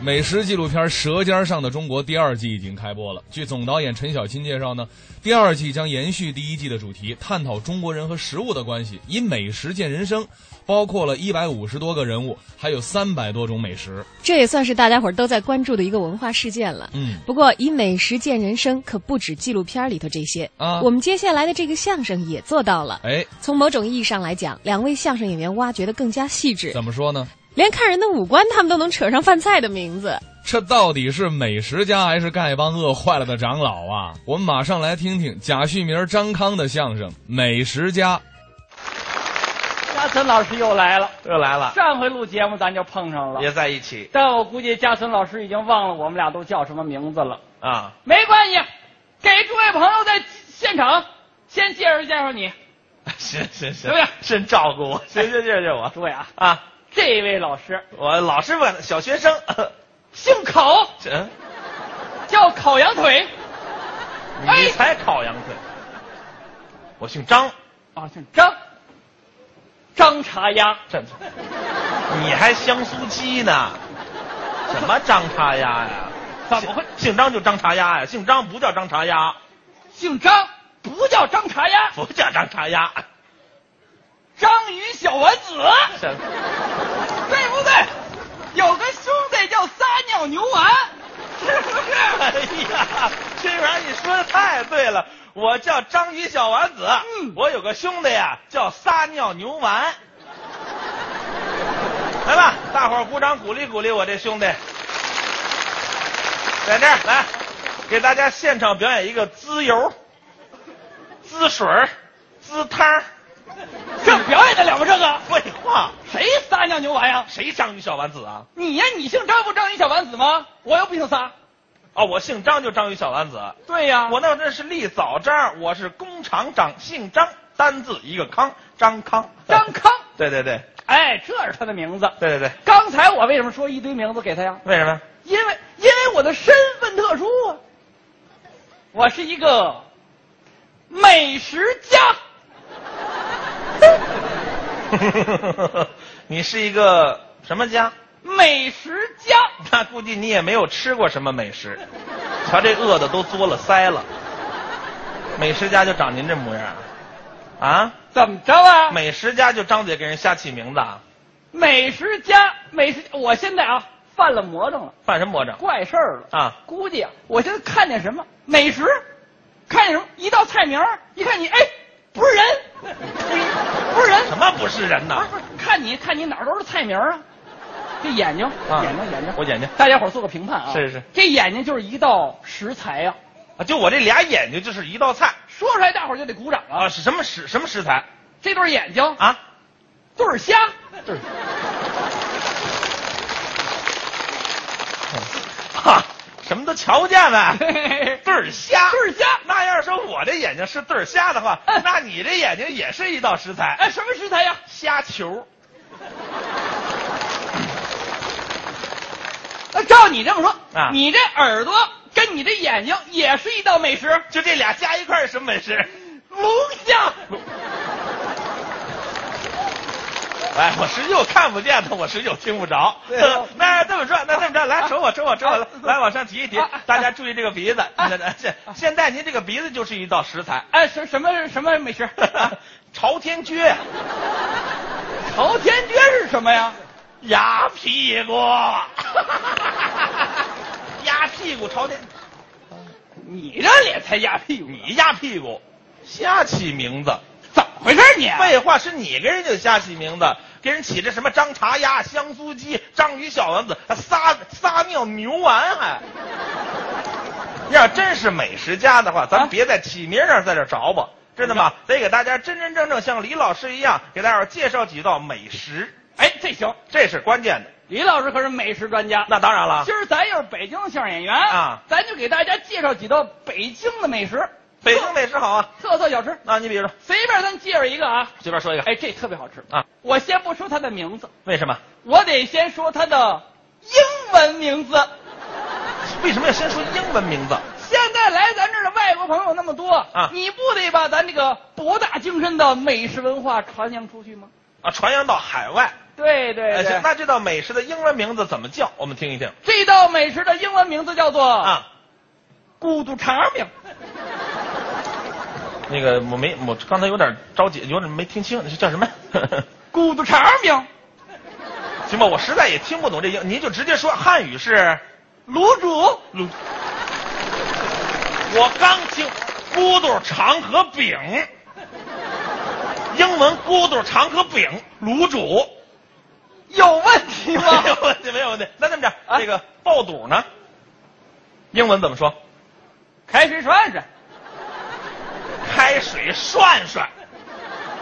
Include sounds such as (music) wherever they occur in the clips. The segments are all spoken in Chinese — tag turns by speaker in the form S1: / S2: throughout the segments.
S1: 美食纪录片《舌尖上的中国》第二季已经开播了。据总导演陈小青介绍呢，第二季将延续第一季的主题，探讨中国人和食物的关系，以美食见人生，包括了一百五十多个人物，还有三百多种美食。
S2: 这也算是大家伙儿都在关注的一个文化事件了。
S1: 嗯，
S2: 不过，以美食见人生可不止纪录片里头这些
S1: 啊
S2: 我们接下来的这个相声也做到了。
S1: 哎，
S2: 从某种意义上来讲，两位相声演员挖掘的更加细致，
S1: 怎么说呢？
S2: 连看人的五官他们都能扯上饭菜的名字。
S1: 这到底是美食家还是丐帮饿坏了的长老啊？我们马上来听听贾旭明、张康的相声《美食家》。
S3: 嘉诚老师又来了，
S4: 又来了，
S3: 上回录节目咱就碰上了，
S4: 也在一起
S3: 但我估计嘉诚老师已经忘了我们俩都叫什么名字了。
S4: 啊！ (laughs)
S3: 没关系，给诸位朋友在现场先介绍介绍你。
S4: 行行行
S3: 对不对，
S4: 真照顾我， (laughs) 行行谢谢我
S3: 诸位啊，
S4: 啊！
S3: 这位老师
S4: 我老师问小学生， (laughs)
S3: 姓烤，
S4: 这
S3: 叫烤羊腿。哎
S4: 你才烤羊腿，我姓张，
S3: 啊，姓张，张茶鸭。
S4: 站住！你还香酥鸡呢？什么张茶鸭呀？
S3: 怎么会
S4: 姓张就张茶鸭呀？姓张不叫张茶鸭，
S3: 姓张，不叫张茶鸭，
S4: 不叫张茶鸭，
S3: 章鱼小丸子，
S4: 这
S3: 对不对？有个兄弟叫撒尿牛丸，是不
S4: 哎
S3: 是？
S4: 呀，这玩意儿你说的太对了。我叫章鱼小丸子，
S3: 嗯
S4: 我有个兄弟呀、叫撒尿牛丸。来吧，大伙儿鼓掌鼓励鼓励我这兄弟。在这儿来，给大家现场表演一个滋油、滋水儿、滋汤儿。
S3: 这表演得了吗？这个
S4: 废话，
S3: 谁撒尿牛丸呀？啊
S4: 谁章鱼小丸子啊？
S3: 你呀，你姓张不张鱼小丸子吗？我又不姓撒。
S4: 哦，我姓张就章鱼小丸子。
S3: 对呀
S4: 我那这是立早章，我是工厂长，姓张，单字一个康，张康，
S3: 张康。
S4: (laughs) 对对对，
S3: 哎，这是他的名字。
S4: 对对对，
S3: 刚才我为什么说一堆名字给他呀？
S4: 为什么？
S3: 因为因为我的身份特殊啊，我是一个美食家。
S4: (laughs) 你是一个什么家？
S3: 美食家，
S4: 那估计你也没有吃过什么美食，瞧这饿的都作了腮了。美食家就长您这模样啊？啊？
S3: 怎么着啊？
S4: 美食家就张嘴给人瞎起名字啊？
S3: 美食家，美食，我现在啊犯了魔怔了，
S4: 犯什么魔怔？
S3: 怪事儿了
S4: 啊
S3: 估计啊，我现在看见什么美食，看见什么一道菜名儿，一看你，哎，不是人，不是人，
S4: 什么不是人
S3: 不
S4: 呐
S3: 是？不是，看你看你哪儿都是菜名儿啊，这眼睛，
S4: 啊
S3: 眼睛，眼睛，
S4: 我眼睛
S3: 大家伙儿做个评判啊，
S4: 是是
S3: 这眼睛就是一道食材啊，
S4: 啊就我这俩眼睛就是一道菜
S3: 说出来大伙儿就得鼓掌啊，
S4: 啊，是什么食什么食材
S3: 这对儿眼睛，
S4: 啊？
S3: 对儿
S4: (laughs)
S3: 虾，
S4: 对。 (laughs) 哈，什么都瞧不见呗。
S3: 哎
S4: 对儿虾，
S3: 对儿虾
S4: 那要是说我这眼睛是对儿虾的话，
S3: 嗯
S4: 那你这眼睛也是一道食材。
S3: 哎，什么食材呀？
S4: 虾球，
S3: 那照你这么说
S4: 啊
S3: 你这耳朵跟你这眼睛也是一道美食，
S4: 就这俩加一块儿是什么本事？
S3: 龙虾。
S4: 哎，我十九看不见的，我十九听不着。
S3: 对啊
S4: 那这么说，那这么着，来手我手我手我
S3: 啊，
S4: 来往上提一提
S3: 啊啊，
S4: 大家注意这个鼻子
S3: 啊。
S4: 现现在您这个鼻子就是一道食材。
S3: 哎，什什么什么美
S4: (laughs)
S3: 食？啊
S4: 朝天撅，
S3: 朝天撅是什么呀？
S4: 鸭屁股，鸭屁股朝天，
S3: 你这脸才压屁股，
S4: 你鸭屁股，瞎起名字。
S3: 怎么回事你？啊
S4: 废话，是你给人家瞎起名字，给人起这什么张茶鸭、香酥鸡、章鱼小丸子、撒撒尿牛丸还。要真是美食家的话，咱
S3: 啊
S4: 别在起名上在这着吧，知道吗？得给大家真真正正像李老师一样，给大伙儿介绍几道美食，
S3: 哎，这行，
S4: 这是关键的。
S3: 李老师可是美食专家。
S4: 那当然了
S3: 今，儿咱又是北京的相声演员
S4: 啊
S3: 咱就给大家介绍几道北京的美食，
S4: 北京美食好啊。
S3: 特色小吃。
S4: 那你比如说，
S3: 随便咱介绍一个啊，
S4: 随便说一个，
S3: 哎，这特别好吃
S4: 啊！
S3: 我先不说它的名字，
S4: 为什么？
S3: 我得先说它的英文名字。
S4: 为什么要先说英文名字？
S3: 现在来咱这儿的外国朋友那么多
S4: 啊
S3: 你不得把咱这个博大精深的美食文化传扬出去吗？
S4: 啊，传扬到海外，
S3: 对对
S4: 哎，行
S3: 对，，
S4: 那这道美食的英文名字怎么叫？我们听一听
S3: 这道美食的英文名字叫做
S4: 啊。
S3: 咕嘟肠饼。
S4: 那个我没，我刚才有点着急，有点没听清，这叫什么？
S3: 咕嘟肠饼，
S4: 行吧，我实在也听不懂这英，您就直接说汉语是
S3: 卤煮，
S4: 鲁。我刚听咕嘟肠和饼，英文咕嘟肠和饼卤煮，
S3: 有问题
S4: (laughs) 没
S3: 吗？
S4: 有问题，没有问题。那这么着，
S3: 啊
S4: 这个爆肚呢？英文怎么说？
S3: 开水涮涮，
S4: 开水涮涮，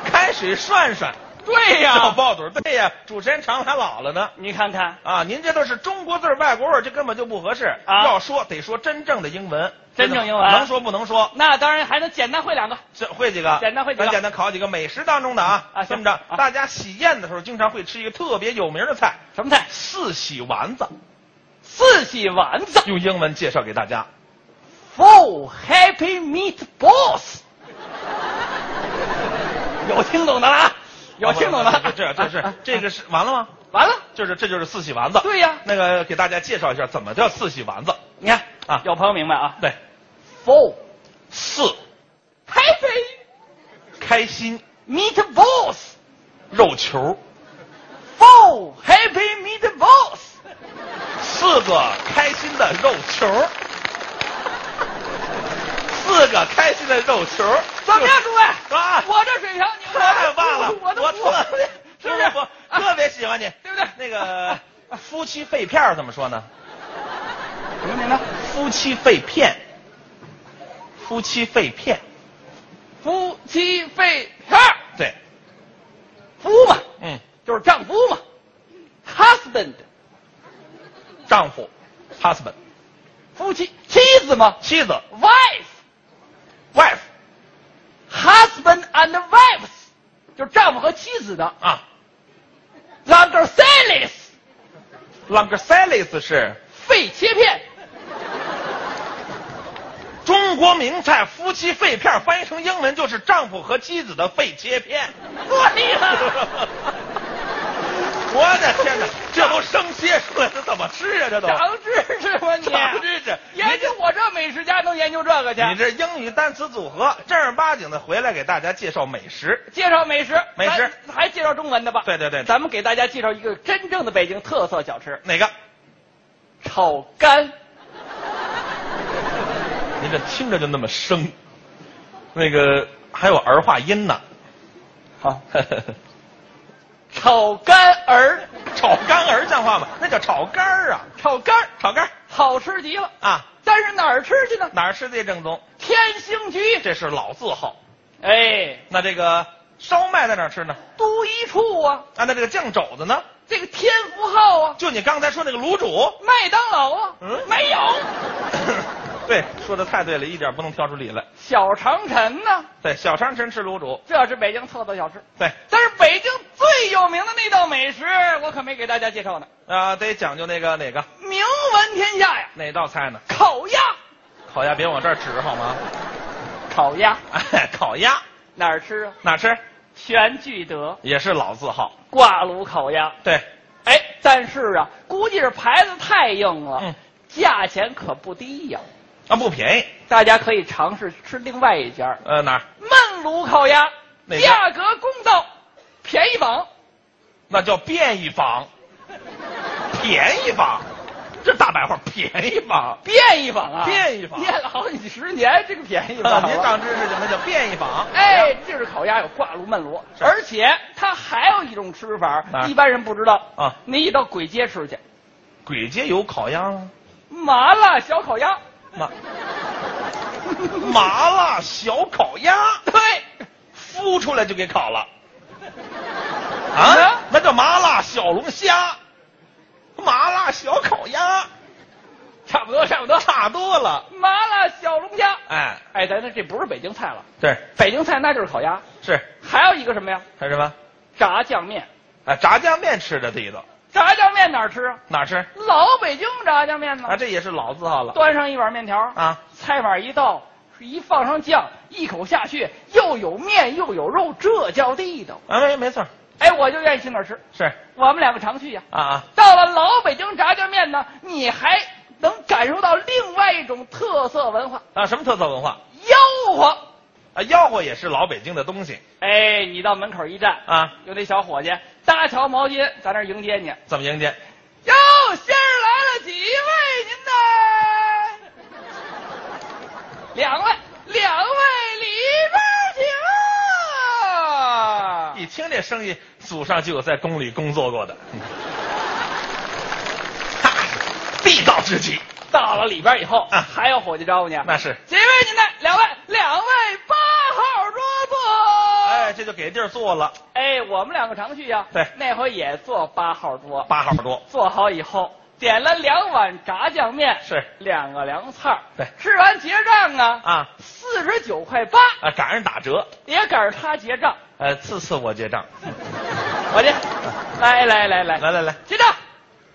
S4: 开水涮涮
S3: 对
S4: 叫
S3: 哎呀、
S4: 爆肚。对呀，主持人常还老了呢。
S3: 你看看，
S4: 啊，您这都是中国字儿外国味儿，这根本就不合适。
S3: 啊
S4: 要说得说真正的英文，
S3: 真正英文啊
S4: 能说不能说？
S3: 那当然还能简单会两个。
S4: 这会几个？
S3: 简单会几个
S4: 咱简单考几个美食当中的啊。
S3: 啊行
S4: 这么着，
S3: 啊
S4: 大家喜宴的时候经常会吃一个特别有名的菜
S3: 什么菜
S4: ——？四喜丸子，
S3: 四喜丸子。
S4: 用英文介绍给大家。
S3: Four Happy Meatballs。有听懂的啦，有听懂的啊
S4: 啊。这这是这个是完了吗？
S3: 完了，
S4: 就是这就是四喜丸子。
S3: 对呀
S4: 那个给大家介绍一下怎么叫四喜丸子。
S3: 你看
S4: 啊
S3: 有朋友明白啊
S4: 对，
S3: ？Four
S4: 四
S3: Happy
S4: 开心
S3: Meatballs。
S4: 肉球，
S3: Four Happy Meatballs。
S4: 四个开心的肉球，四个开心的肉球，
S3: 怎么样，
S4: 就是
S3: 诸位？
S4: 啊
S3: 我这水平，你我
S4: 太棒了！
S3: (laughs) 我都
S4: 我
S3: 服
S4: 特别，
S3: 是不是
S4: 我？
S3: 啊
S4: 特别喜欢你，
S3: 对不对
S4: 那个夫妻肺片儿怎么说呢？
S3: 什么名字？
S4: 夫妻肺片，夫妻肺片，
S3: 夫妻肺片儿，
S4: 对，
S3: 夫嘛，
S4: 嗯，
S3: 就是丈夫嘛，husband，
S4: 丈夫，husband，
S3: 夫妻妻子嘛
S4: 妻子
S3: ，wife。
S4: ，wife，
S3: husband and wives，就是丈夫和妻子的
S4: 啊
S3: l a n g e r c e l i s
S4: l o n g e r c e l i s 是
S3: 肺切片， (laughs)
S4: 中国名菜，夫妻肺片儿翻译成英文就是丈夫和妻子的肺切片。 (laughs)
S3: 对哎呀、
S4: 我的天哪，这都生切出来的，怎么吃啊？这都。
S3: 长知识吧你，
S4: 长知识
S3: 研究我这美食家能研究这个去？
S4: 你这英语单词组合正儿八经的回来给大家介绍美食。
S3: 介绍美食，
S4: 美食
S3: 咱还介绍中文的吧？
S4: 对对对
S3: 咱们给大家介绍一个真正的北京特色小吃
S4: 哪个？
S3: ——炒肝。
S4: 您这听着就那么生，那个还有儿化音 (laughs) 呢。
S3: 好，炒肝儿，
S4: 炒肝儿像话吗？那叫炒肝儿啊，
S3: 炒肝儿
S4: 炒肝儿
S3: 好吃极了，
S4: 啊，
S3: 但是哪儿吃去呢？
S4: 哪儿是最正宗？
S3: 天兴居，
S4: 这是老字号。
S3: 哎，
S4: 那这个烧麦在哪儿吃呢？
S3: 都一处啊，
S4: 啊，那这个酱肘子呢？
S3: 这个天福号啊，
S4: 就你刚才说那个卤煮，
S3: 麦当劳啊，
S4: 嗯
S3: 没有，
S4: (laughs) 对，说的太对了，一点不能挑出理来。
S3: 小长城呢，
S4: 对，小长城吃卤煮，
S3: 这是北京特色小吃。
S4: 对，
S3: 但是北京最有名的那道美食，我可没给大家介绍呢，
S4: 啊、得讲究那个哪个
S3: 名闻天下呀，
S4: 哪道菜呢？
S3: 烤鸭，
S4: 烤鸭别往这儿指好吗？
S3: 烤鸭
S4: 哎，烤鸭
S3: 哪儿吃啊？
S4: 哪吃？
S3: 全聚德
S4: 也是老字号。
S3: 挂炉烤鸭，
S4: 对，
S3: 哎，但是啊，估计是牌子太硬了，
S4: 嗯
S3: 价钱可不低呀。
S4: 啊，不便宜。
S3: 大家可以尝试吃另外一家
S4: 呃，哪儿？
S3: 焖炉烤鸭，
S4: 哪
S3: 价
S4: 家
S3: 格公道，便宜榜。
S4: 那叫便宜坊，便宜坊，这大白话，便宜坊。
S3: 便宜坊啊，(laughs)
S4: 便宜坊
S3: 变了好几十年，这个便宜 (laughs)
S4: 啊
S3: 坊、，
S4: 您长知识了，那叫便宜坊。
S3: 哎，这是烤鸭有挂炉焖炉，
S4: 是
S3: 而且它还有一种吃法
S4: 哪，儿
S3: 一般人不知道
S4: 啊
S3: 你得到簋街吃去，
S4: 鬼街有烤鸭吗？
S3: 麻辣小烤鸭，
S4: 麻麻辣小烤鸭，
S3: 对，
S4: 孵出来就给烤了。啊，那叫麻辣小龙虾，麻辣小烤鸭，
S3: 差不多差不多。
S4: 差多了。
S3: 麻辣小龙虾，
S4: 哎，
S3: 哎，咱这这不是北京菜了，
S4: 对，
S3: 北京菜那就是烤鸭，
S4: 是
S3: 还有一个什么呀？
S4: 还有什么？
S3: 炸酱面，
S4: 哎，炸酱面吃的地道，
S3: 炸酱面哪儿吃啊？
S4: 哪儿吃？
S3: 老北京炸酱面呢
S4: 啊，，这也是老字号了
S3: 端上一碗面条，
S4: 啊。
S3: 菜碗一倒，一放上酱，一口下去，又有面又有肉，这叫地道。
S4: 啊，没没错儿，
S3: 哎，哎，我就愿意去那儿吃。
S4: 是
S3: 我们两个常去呀、
S4: 啊啊，
S3: 到了老北京炸酱面呢，你还能感受到另外一种特色文化
S4: 啊，什么特色文化？
S3: ——吆喝。
S4: 啊，吆喝也是老北京的东西
S3: 哎，你到门口一站，
S4: 啊。
S3: 有那小伙计搭条毛巾在那儿迎接你。
S4: 怎么迎接？
S3: 哟，先生来了，几位您 (laughs) 呢？两位，两位里边请。
S4: 一听这声音，祖上就有在宫里工作过的， (laughs) 哈地道之极。
S3: 到了里边以后，
S4: 啊
S3: 还有伙计招呼你。
S4: 那是，
S3: 几位您呢？两位，两位八号桌坐。
S4: 哎，，这就给地儿坐了，
S3: 哎，我们两个常去呀。
S4: 对
S3: 那回也坐八号桌。
S4: 八号多。
S3: 做好以后，点了两碗炸酱面，
S4: 是
S3: 两个凉菜儿
S4: 对
S3: 吃完结账啊，
S4: 啊
S3: 四十九块八，
S4: 啊，赶上打折，
S3: 也赶上他结
S4: (laughs)
S3: 账。
S4: 呃，次次我结账。 (laughs)
S3: 我这，来来来来
S4: 来来来，
S3: 结账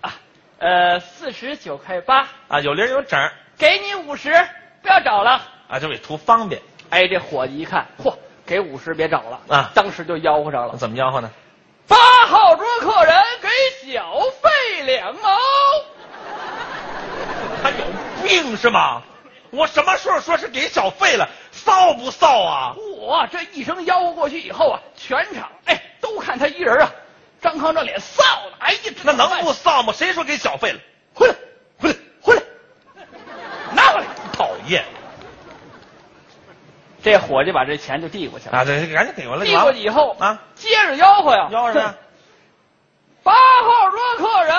S3: 啊，呃，四十九块八，
S4: 啊，有零有整儿
S3: 给你五十，不要找了。
S4: 啊，就为图方便。
S3: 哎，这伙计一看，嚯，给五十别找了
S4: 啊
S3: 当时就吆喝上了。
S4: 怎么吆喝呢？
S3: 八号桌客人给小费两毛。
S4: 他有病是吗？我什么时候说是给小费了？臊不臊啊？
S3: 我这一声吆喝过去以后啊，全场哎都看他一人啊。张康这脸臊的，哎呀，这
S4: 那能不臊吗？谁说给小费了？
S3: 回来，回来，回来，拿回来！
S4: 讨厌
S3: 这伙计把这钱就递过去了，
S4: 啊！对，赶紧给过来。
S3: 递过去以后
S4: 啊，
S3: (laughs)
S4: (laughs)
S3: 接着吆喝呀，
S4: 吆喝什么呀？
S3: 八号桌客人